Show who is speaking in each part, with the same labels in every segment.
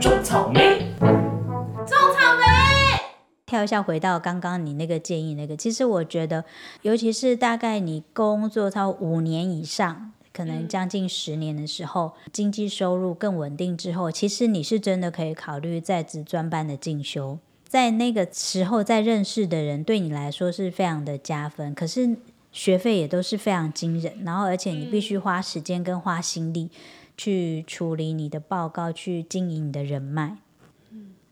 Speaker 1: 种草莓，
Speaker 2: 种草莓。
Speaker 3: 跳一下回到刚刚你那个建议那个，其实我觉得，尤其是大概你工作超五年以上，可能将近十年的时候，经济收入更稳定之后，其实你是真的可以考虑在职专班的进修。在那个时候，在认识的人对你来说是非常的加分，可是学费也都是非常惊人，然后而且你必须花时间跟花心力去处理你的报告，去经营你的人脉。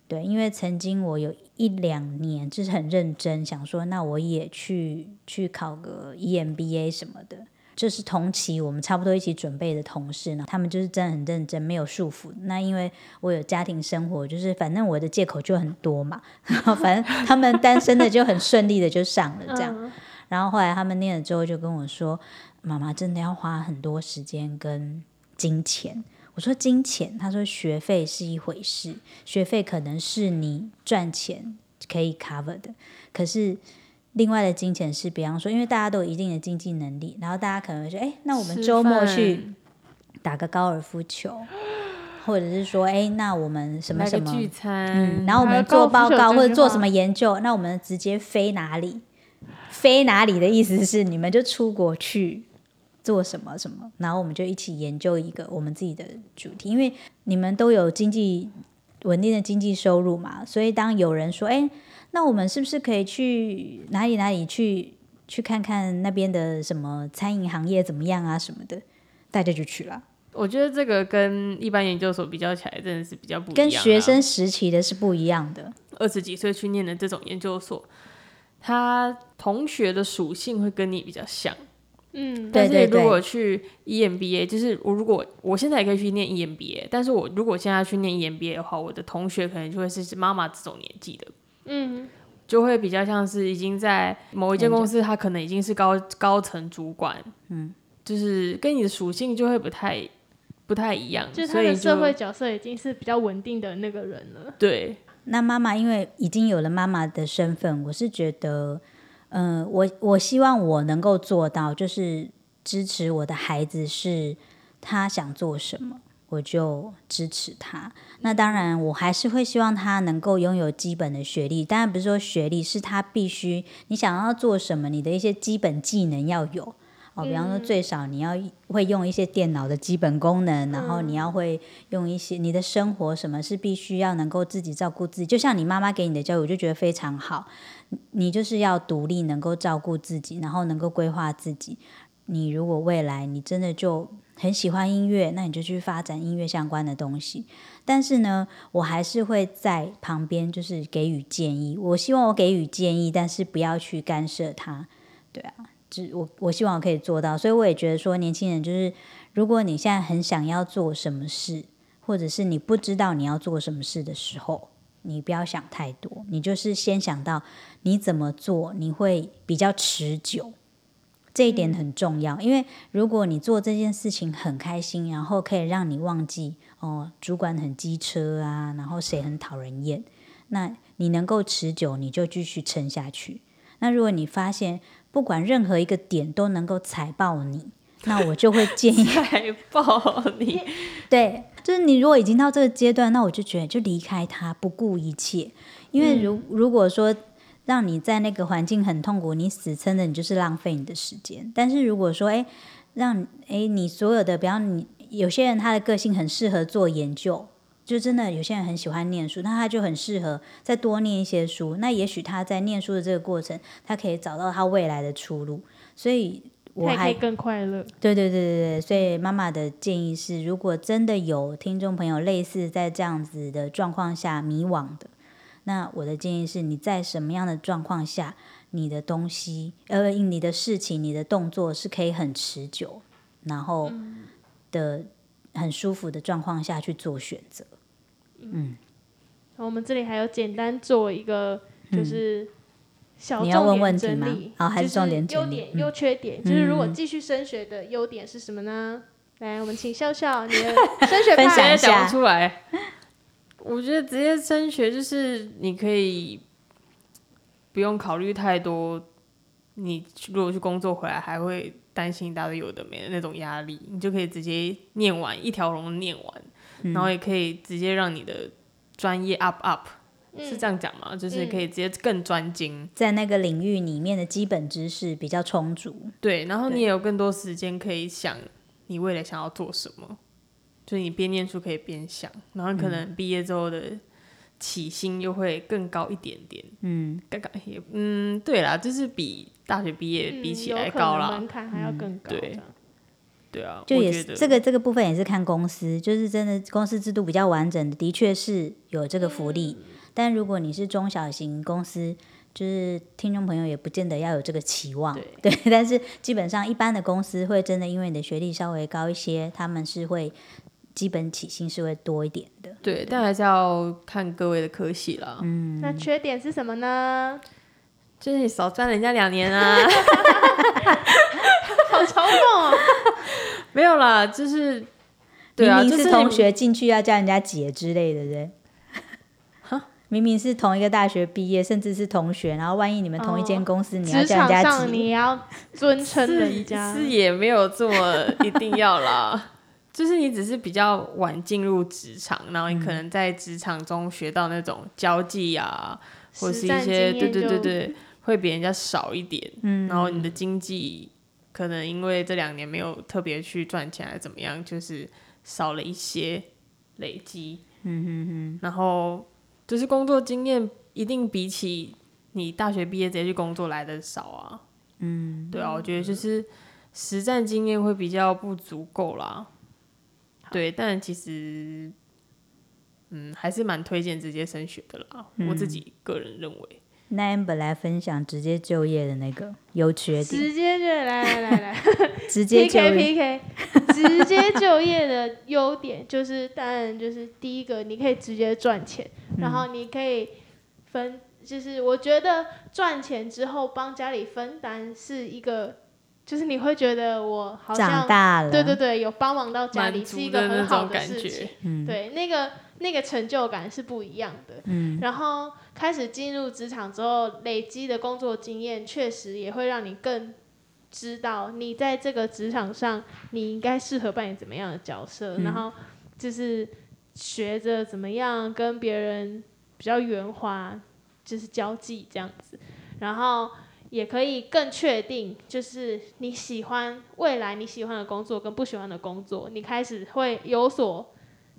Speaker 3: 对，因为曾经我有一两年就是很认真想说，那我也去去考个 E EMBA 什么的。就是同期我们差不多一起准备的同事呢，他们就是真的很认真，没有束缚。那因为我有家庭生活，就是反正我的借口就很多嘛， 然后反正他们单身的就很顺利的就上了这样。
Speaker 2: 嗯
Speaker 3: 然后后来他们念了之后就跟我说：“妈妈真的要花很多时间跟金钱。”我说：“金钱？”他说：“学费是一回事，学费可能是你赚钱可以 cover 的，可是另外的金钱是，比方说，因为大家都有一定的经济能力，然后大家可能会说：‘哎，那我们
Speaker 2: 吃
Speaker 3: 周末
Speaker 2: 饭
Speaker 3: 去打个高尔夫球，或者是说，哎，那我们什么
Speaker 2: 来个
Speaker 3: 什么。’”
Speaker 2: 聚餐，
Speaker 3: 嗯，然后我们做报告或者做什么研究，那我们直接飞哪里？飞哪里的意思是你们就出国去做什么什么，然后我们就一起研究一个我们自己的主题，因为你们都有经济稳定的经济收入嘛，所以当有人说，哎，那我们是不是可以去哪里哪里去去看看那边的什么餐饮行业怎么样啊什么的，大家就去了，
Speaker 2: 我觉得这个跟一般研究所比较起来，真的是比较不一样
Speaker 3: 跟
Speaker 2: 啊。
Speaker 3: 学生时期的是不一样的。
Speaker 2: 二十几岁去念的这种研究所，他同学的属性会跟你比较像。
Speaker 1: 嗯，
Speaker 3: 对
Speaker 2: 但
Speaker 3: 对
Speaker 2: 是如
Speaker 3: 对
Speaker 2: 果去 E EMBA，就是我如果我现在也可以去念 E EMBA，但是我如果现在去念 E EMBA 的话，我的同学可能就会是妈妈这种年纪的，
Speaker 1: 嗯，
Speaker 2: 就会比较像是已经在某一间公司，他可能已经是高高层主管，嗯，就是跟你的属性就会不太不太一样，
Speaker 1: 就是他
Speaker 2: 所以
Speaker 1: 的
Speaker 2: 就
Speaker 1: 社会角色已经是比较稳定的那个人了。
Speaker 2: 对，
Speaker 3: 那妈妈因为已经有了妈妈的身份，我是觉得，嗯、我我希望我能够做到，就是支持我的孩子是他想做什么，我就支持他。那当然，我还是会希望他能够拥有基本的学历，当然不是说学历，是他必须你想要做什么，你的一些基本技能要有。哦，比方说最少你要会用一些电脑的基本功能，然后你要会用一些你的生活什么是必须要能够自己照顾自己，就像你妈妈给你的教育，我就觉得非常好。你就是要独立，能够照顾自己，然后能够规划自己。你如果未来你真的就很喜欢音乐，那你就去发展音乐相关的东西。但是呢，我还是会在旁边就是给予建议。我希望我给予建议，但是不要去干涉他。对啊，只我我希望我可以做到。所以我也觉得说，年轻人就是，如果你现在很想要做什么事，或者是你不知道你要做什么事的时候，你不要想太多，你就是先想到你怎么做，你会比较持久。这一点很重要，因为如果你做这件事情很开心，然后可以让你忘记哦，主管很机车啊，然后谁很讨人厌，那你能够持久，你就继续撑下去。那如果你发现不管任何一个点都能够踩爆你，那我就会 建议
Speaker 2: 太爆你，
Speaker 3: 对，就是你如果已经到这个阶段，那我就觉得就离开他，不顾一切。因为
Speaker 1: 嗯
Speaker 3: 如、如果说让你在那个环境很痛苦，你死撑着，你就是浪费你的时间。但是如果说，哎，让哎你所有的，比方你有些人他的个性很适合做研究。就真的有些人很喜欢念书，那他就很适合再多念一些书。那也许他在念书的这个过程，他可以找到他未来的出路。所以我
Speaker 1: 他也可
Speaker 3: 还
Speaker 1: 以更快乐。
Speaker 3: 对对对对对，所以妈妈的建议是，如果真的有听众朋友类似在这样子的状况下迷惘的，那我的建议是，你在什么样的状况下，你的东西，呃，你的事情，你的动作是可以很持久，然后的很舒服的状况下去做选择。
Speaker 1: 然后我们这里还有简单做一个，就是小
Speaker 3: 嗯你要
Speaker 1: 重
Speaker 3: 问
Speaker 1: 点
Speaker 3: 问题
Speaker 1: 整
Speaker 3: 吗
Speaker 1: 理，
Speaker 3: 好还是重点
Speaker 1: 就是优
Speaker 3: 整理嗯
Speaker 1: 点、优缺点，就是如果继续升学的优点是什么呢？来，我们请笑笑你 的升学
Speaker 2: 现
Speaker 3: 分享
Speaker 1: 派
Speaker 2: 在
Speaker 3: 一下
Speaker 2: 讲不出来。 我觉得直接升学就是你可以不用考虑太多你去如果去工作回来，还会担心一大堆有的没的那种压力，你就可以直接念完一条龙念完，
Speaker 3: 嗯
Speaker 2: 然后也可以直接让你的专业 up up，、是
Speaker 1: 嗯
Speaker 2: 这样讲吗？就是
Speaker 3: 嗯
Speaker 2: 可以直接更专精。
Speaker 3: 在那个领域里面的基本知识比较充足，
Speaker 2: 对，然后你也有更多时间可以想你未来想要做什么，就是你边念书可以边想，然后
Speaker 3: 嗯
Speaker 2: 可能毕业之后的起薪又会更高一点点。嗯，刚刚也嗯，对啦，就是比大学毕业
Speaker 1: 嗯
Speaker 2: 比起
Speaker 1: 有
Speaker 2: 来
Speaker 1: 可
Speaker 2: 高
Speaker 1: 能
Speaker 2: 啦。
Speaker 1: 门槛还
Speaker 3: 嗯
Speaker 1: 要更高。
Speaker 2: 对
Speaker 1: 这样
Speaker 2: 对啊，
Speaker 3: 就
Speaker 2: 我
Speaker 3: 也
Speaker 2: 觉
Speaker 3: 是
Speaker 2: 得
Speaker 3: 这个这个部分也是看公司，就是真的公司制度比较完整的，的确是有这个福
Speaker 2: 嗯
Speaker 3: 利。但如果你是中小型公司，就是听众朋友也不见得要有这个期望， 对。但是基本上一般的公司会真的因为你的学历稍微高一些，他们是会基本起薪是会多一点的。
Speaker 2: 对，但还是要看各位的科系啦。嗯，
Speaker 1: 那缺点是什么呢？
Speaker 2: 就是你少赚人家两年 啊。
Speaker 1: 好嘲讽哦！
Speaker 2: 没有啦，就是对啊，
Speaker 3: 明
Speaker 2: 就
Speaker 3: 明
Speaker 2: 是
Speaker 3: 是
Speaker 2: 你
Speaker 3: 同学进去要叫人家姐之类的，对不对？ 明明是同一个大学毕业，甚至是同学，然后万一你们同一
Speaker 2: 哦
Speaker 3: 间公司，嗯你要
Speaker 1: 职
Speaker 3: 叫人
Speaker 1: 场
Speaker 3: 家
Speaker 1: 上
Speaker 3: 姐，
Speaker 1: 你也要尊称人
Speaker 2: 是
Speaker 1: 家，
Speaker 2: 是也没有这么一定要啦， 就是你只是比较晚进入职场，然后你可能在职场中学到那种交际啊，或者是
Speaker 1: 实
Speaker 2: 一
Speaker 1: 战
Speaker 2: 些
Speaker 1: 经
Speaker 2: 对
Speaker 1: 验
Speaker 2: 对对
Speaker 1: 就
Speaker 2: 对，会比人家少一点。嗯，然后你的经济可能因为这两年没有特别去赚钱，还是怎么样，就是少了一些累积。嗯哼哼，然后就是工作经验一定比起你大学毕业直接去工作来的少啊。嗯，对啊，我觉得就是实战经验会比较不足够啦。对，但其实，嗯，还是蛮推荐直接升学的啦。我自己个人认为，
Speaker 3: 那 amber 来分享直接就业的那个优缺点，
Speaker 1: 直接就来来来 来
Speaker 3: 直接就业
Speaker 1: PK PK，直接就业的优点就是，当然就是第一个，你可以直接赚钱，然后你可以分，就是我觉得赚钱之后帮家里分担是一个，就是你会觉得我好像
Speaker 3: 长大了，
Speaker 1: 对对对，有帮忙到家里
Speaker 2: 满足
Speaker 1: 是一个
Speaker 2: 的那
Speaker 1: 很好
Speaker 2: 种
Speaker 1: 的
Speaker 2: 感
Speaker 1: 事
Speaker 2: 觉
Speaker 1: 情，对，那个那个成就感是不一样的。然后开始进入职场之后，累积的工作经验确实也会让你更知道你在这个职场上你应该适合扮演怎么样的角色，然后就是学着怎么样跟别人比较圆滑，就是交际这样子，然后。也可以更确定，就是你喜欢未来你喜欢的工作跟不喜欢的工作，你开始会有所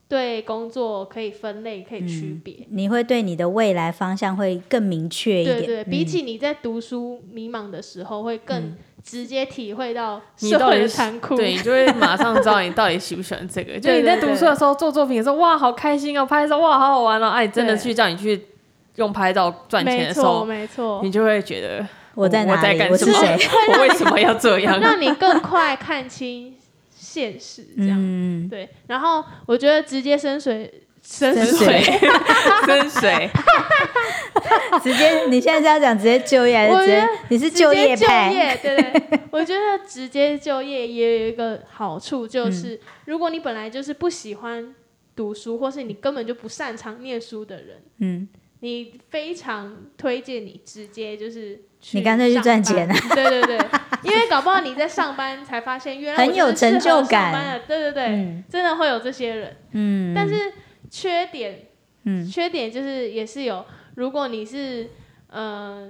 Speaker 1: 对工作可以分类、可以区别。
Speaker 3: 你会对你的未来方向会更明确一点。嗯
Speaker 1: 对对，
Speaker 2: 嗯
Speaker 1: 比起你在读书迷茫的时候，会更直接体会到
Speaker 2: 你
Speaker 1: 社
Speaker 2: 到
Speaker 1: 会
Speaker 2: 底
Speaker 1: 的
Speaker 2: 是
Speaker 1: 残酷。
Speaker 2: 对你就会马上知道你到底喜不喜欢这 个。就
Speaker 1: 对
Speaker 2: 你在
Speaker 1: 对
Speaker 2: 读
Speaker 1: 对
Speaker 2: 书的时候做作品的时候，哇，好开心哦，拍照哇，好好玩哦，哎、真的
Speaker 1: 对
Speaker 2: 去叫你去用拍照赚钱
Speaker 1: 没
Speaker 2: 的时
Speaker 1: 错，
Speaker 2: 候，
Speaker 1: 没错
Speaker 2: 你，就会觉得
Speaker 3: 我在哪里
Speaker 2: 我干
Speaker 3: 我
Speaker 2: 什
Speaker 3: 是
Speaker 2: 么？
Speaker 3: 谁
Speaker 2: 我为什么要这样？
Speaker 1: 让你更快看清现实，这样、
Speaker 3: 嗯，
Speaker 1: 对。然后我觉得直接深水深
Speaker 3: 深
Speaker 1: 水
Speaker 3: 水，
Speaker 2: 跟谁？
Speaker 3: 直接你现在是要讲直接就业，还
Speaker 1: 我
Speaker 3: 是直
Speaker 1: 觉
Speaker 3: 接
Speaker 1: 得
Speaker 3: 你是
Speaker 1: 直接
Speaker 3: 业
Speaker 1: 就
Speaker 3: 派？
Speaker 1: 业，对对，我觉得直接就业也有一个好处，就是、
Speaker 3: 嗯
Speaker 1: 如果你本来就是不喜欢读书，或是你根本就不擅长念书的人，
Speaker 3: 嗯，
Speaker 1: 你非常推荐你直接就是去
Speaker 3: 你干脆去赚钱啊
Speaker 1: 上班对对对，因为搞不好你在上班才发现，原来
Speaker 3: 很
Speaker 1: 我就是
Speaker 3: 有成就感
Speaker 1: 适合上班的，对对对，
Speaker 3: 嗯
Speaker 1: 真的会有这些人。
Speaker 3: 嗯，
Speaker 1: 但是缺点，
Speaker 3: 嗯
Speaker 1: 缺点就是也是有，如果你是呃，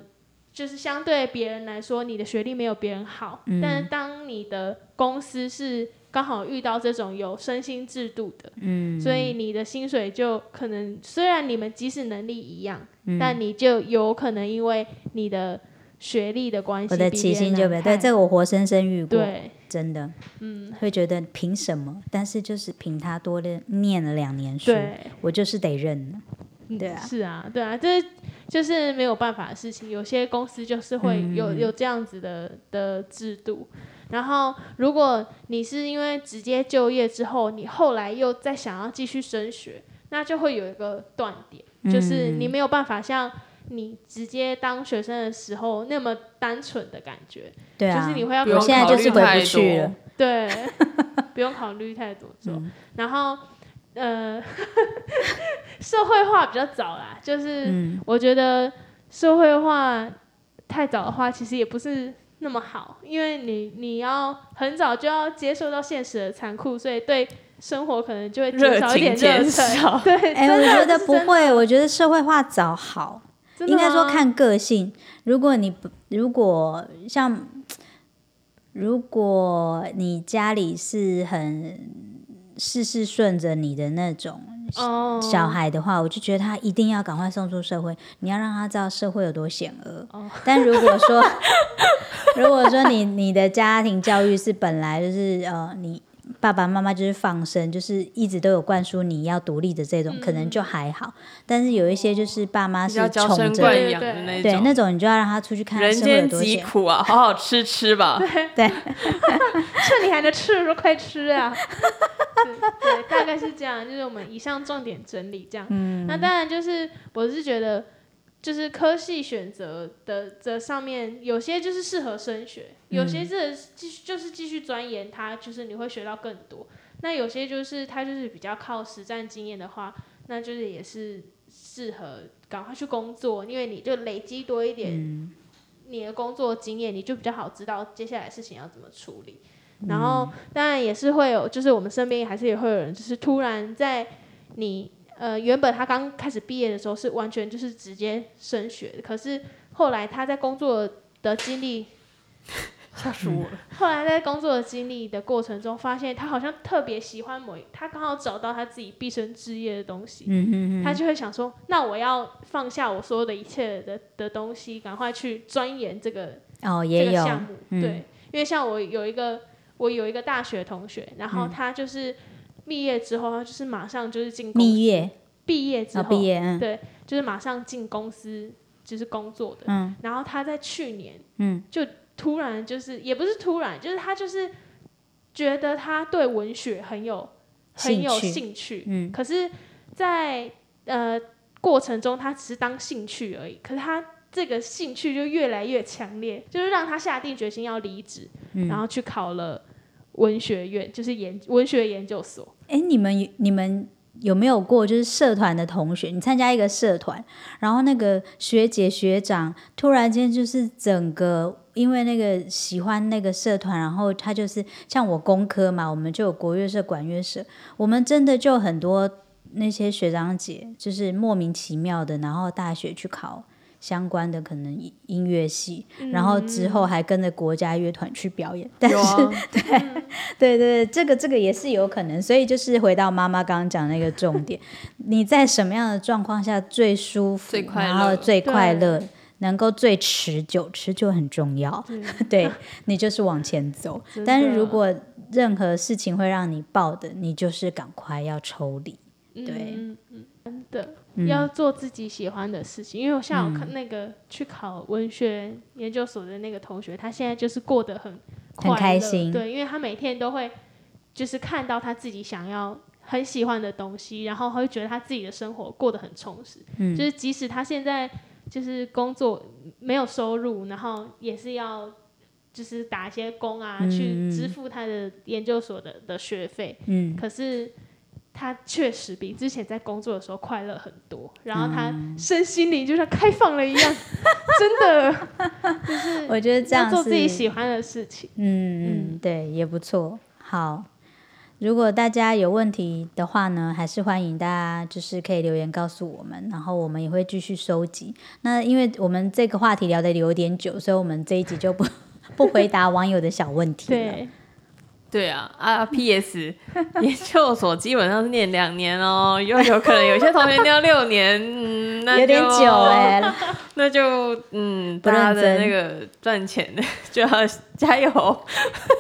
Speaker 1: 就是相对别人来说，你的学历没有别人好，
Speaker 3: 嗯
Speaker 1: 但是当你的公司是刚好遇到这种有升薪制度的，嗯，所以你的薪水就可能虽然你们即使能力一样，
Speaker 3: 嗯
Speaker 1: 但你就有可能因为你的学历的关系，
Speaker 3: 我的
Speaker 1: 比
Speaker 3: 起
Speaker 1: 别人
Speaker 3: 薪就没
Speaker 1: 难
Speaker 3: 对，
Speaker 1: 看
Speaker 3: 这个我活生生遇过，
Speaker 1: 对
Speaker 3: 真的，嗯，会觉得凭什么？但是就是凭他多了念了两年书，
Speaker 1: 对。
Speaker 3: 我就是得认了。对啊，
Speaker 1: 是啊，对啊，这就是没有办法的事情。有些公司就是会
Speaker 3: 嗯
Speaker 1: 有、有这样子的的制度。然后，如果你是因为直接就业之后，你后来又再想要继续升学，那就会有一个断点，就是
Speaker 3: 嗯
Speaker 1: 你没有办法像你直接当学生的时候那么单纯的感觉。
Speaker 3: 对啊，
Speaker 1: 就是你会要
Speaker 2: 不用
Speaker 3: 我现在
Speaker 2: 考
Speaker 3: 就
Speaker 2: 虑
Speaker 3: 是回
Speaker 2: 太
Speaker 3: 不去
Speaker 2: 多
Speaker 3: 了。
Speaker 1: 对，不用考虑太多之后然后，呃， 社会化比较早啦，就是我觉得社会化太早的话，其实也不是那么好，因为你你要很早就要接受到现实的残酷，所以对生活可能就会 减
Speaker 2: 热
Speaker 1: 少一点
Speaker 2: 情减
Speaker 1: 热忱。
Speaker 2: 少，
Speaker 1: 对，
Speaker 3: 哎、
Speaker 1: 真
Speaker 3: 我
Speaker 1: 的啊
Speaker 3: 觉得
Speaker 1: 是
Speaker 3: 不
Speaker 1: 真的啊
Speaker 3: 会，我觉得社会化早好，
Speaker 1: 真的
Speaker 3: 应该说
Speaker 1: 吗
Speaker 3: 看个性。如果你不，如果像，如果你家里是很事事顺着你的那种
Speaker 1: 哦
Speaker 3: 小孩的话，我就觉得他一定要赶快送出社会，你要让他知道社会有多险恶。
Speaker 2: 哦
Speaker 3: 但如果说， 如果说你你的家庭教育是本来就是呃，你爸爸妈妈就是放生，就是一直都有灌输你要独立的这种，可能就还好。但是有一些就是爸妈
Speaker 2: 嗯比较
Speaker 3: 是
Speaker 2: 娇
Speaker 3: 宠
Speaker 2: 生
Speaker 3: 着
Speaker 2: 惯
Speaker 3: 你。
Speaker 1: 对
Speaker 2: 养的那
Speaker 1: 对
Speaker 3: 对
Speaker 2: 种。
Speaker 3: 那种，你就要让他出去看看
Speaker 2: 人
Speaker 3: 社会有
Speaker 2: 间
Speaker 3: 多
Speaker 2: 疾
Speaker 3: 险恶。
Speaker 2: 苦啊，好好吃吃 吧。
Speaker 1: 趁你还能吃的时候快吃啊！对对，大概是这样，就是我们以上重点整理这样。那当然就是我是觉得，就是科系选择的这上面，有些就是适合升学，有些这继续就是继续钻研它，就是你会学到更多。那有些就是它就是比较靠实战经验的话，那就是也是适合赶快去工作，因为你就累积多一点。你的工作经验，你就比较好知道接下来事情要怎么处理。然后当然也是会有，就是我们身边还是也会有人，就是突然在你呃原本他刚开始毕业的时候是完全就是直接升学的，可是后来他在工作的经历，
Speaker 2: 吓死我了！
Speaker 1: 后来在工作的经历的过程中，发现他好像特别喜欢某一，他刚好找到他自己毕生志业的东西，
Speaker 3: 嗯嗯
Speaker 1: 他就会想说，那我要放下我所有的一切的的东西，赶快去钻研这个
Speaker 3: 嗯，哦，
Speaker 1: 这
Speaker 3: 也
Speaker 1: 个
Speaker 3: 有
Speaker 1: 项目。对，因为像我有一个我有一个大学同学，
Speaker 3: 嗯
Speaker 1: 然后他就是毕业之后，他就是马上就是进公
Speaker 3: 蜜月
Speaker 1: 毕业之
Speaker 3: 啊，
Speaker 1: 后，
Speaker 3: 毕业，嗯，
Speaker 1: 对，就是马上进公司就是工作的。
Speaker 3: 嗯
Speaker 1: 然后他在去年，
Speaker 3: 嗯，
Speaker 1: 就突然就是也不是突然，就是他就是觉得他对文学很有很有
Speaker 3: 兴趣
Speaker 1: 兴趣，
Speaker 3: 嗯
Speaker 1: 可是在，呃过程中，他只是当兴趣而已。可是他这个兴趣就越来越强烈，就是让他下定决心要离职，
Speaker 3: 嗯
Speaker 1: 然后去考了文学院，就是研文学研究所。
Speaker 3: 哎，你们有你们有没有过就是社团的同学，你参加一个社团，然后那个学姐学长突然间就是整个因为那个喜欢那个社团，然后他就是像我工科嘛，我们就有国乐社、管乐社，我们真的就很多那些学长姐就是莫名其妙的，然后大学去考。相关的可能音音乐系，然后之后还跟着国家乐团去表演，但是
Speaker 2: 嗯有啊，
Speaker 3: 对对对，这个这个也是有可能，所以就是回到妈妈刚刚讲那个重 点，你在什么样的状况下最舒服，
Speaker 2: 最快乐
Speaker 3: 然后最快乐，能够最持久，持久很重要， 对你就是往前走。
Speaker 1: 真的
Speaker 3: 但是如果任何事情会让你爆的，你就是赶快要抽离。对
Speaker 1: 嗯，嗯嗯真的、要做自己喜欢的事情。因为我像我看那个、去考文学研究所的那个同学，他现在就是过得很快乐
Speaker 3: 开心
Speaker 1: 对，因为他每天都会就是看到他自己想要。很喜欢的东西，然后他会觉得他自己的生活过得很充实。嗯，就是即使他现在就是工作没有收入，然后也是要就是打一些工啊，去支付他的研究所的的学费。
Speaker 3: 嗯，
Speaker 1: 可是他确实比之前在工作的时候快乐很多，然后他
Speaker 3: 嗯
Speaker 1: 身心灵就像开放了一样，真的
Speaker 3: 我觉 得这样
Speaker 1: 要
Speaker 3: 是
Speaker 1: 做自己喜欢的事情。
Speaker 3: 嗯，嗯，对，也不错。好，如果大家有问题的话呢，还是欢迎大家就是可以留言告诉我们，然后我们也会继续收集。那因为我们这个话题聊的有点久，所以我们这一集就不 不回答网友的小问题了。哎
Speaker 1: 对，
Speaker 2: 对啊啊！P.S. 研究所基本上是念两年哦，又有可能有些同学念到六年，嗯，那
Speaker 3: 有点
Speaker 2: 就
Speaker 3: 久哎、欸，
Speaker 2: 那就嗯，
Speaker 3: 不
Speaker 2: 大
Speaker 3: 认
Speaker 2: 家的
Speaker 3: 真
Speaker 2: 那个赚钱 的就要加油。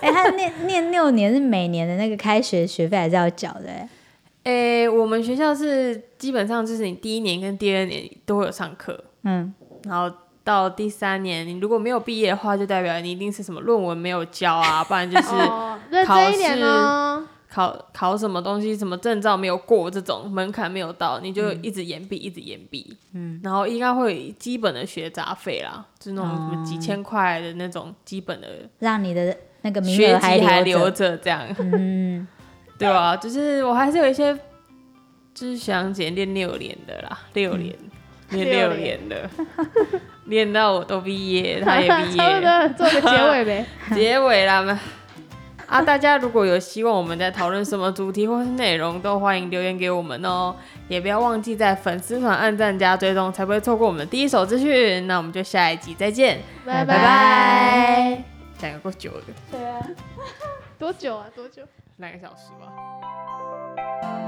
Speaker 3: 哎，他念念六年是每年的那个开学学费还是要缴的、欸，
Speaker 2: 诶、我们学校是基本上就是你第一年跟第二年都会有上课，
Speaker 3: 嗯，
Speaker 2: 然后到第三年你如果没有毕业的话，就代表你一定是什么论文没有交啊，不然就是
Speaker 1: 哦，认真一点哦。
Speaker 2: 考考什么东西、什么证照没有过，这种门槛没有到，你
Speaker 3: 嗯
Speaker 2: 就一直延毕，一直延毕。嗯，然后应该会有基本的学杂费啦，就是那种什
Speaker 3: 哦
Speaker 2: 么几千块的那种基本的
Speaker 3: 让你的那个名
Speaker 2: 学籍
Speaker 3: 额还留着。
Speaker 2: 留着这样。
Speaker 3: 嗯，
Speaker 2: 对啊，
Speaker 3: 嗯
Speaker 2: 就是我还是有一些就是学长姐练六年的啦，六年。念
Speaker 1: 六
Speaker 2: 六年 了，念到我都毕业，他也毕
Speaker 1: 差
Speaker 2: 业
Speaker 1: 不
Speaker 2: 了。
Speaker 1: 多做个结 尾呗。
Speaker 2: 结尾啦嘛。啊，大家如果有希望我们在讨论什么主题或是内容，都欢迎留言给我们哦。也不要忘记在粉丝团按赞加追踪，才不会错过我们的第一手资讯。那我们就下一集再见。
Speaker 1: 拜
Speaker 3: 拜
Speaker 1: 拜
Speaker 3: 拜。
Speaker 2: 讲有够久的，
Speaker 1: 对啊，多久啊？多久？
Speaker 2: 两个小时吧。
Speaker 3: 拜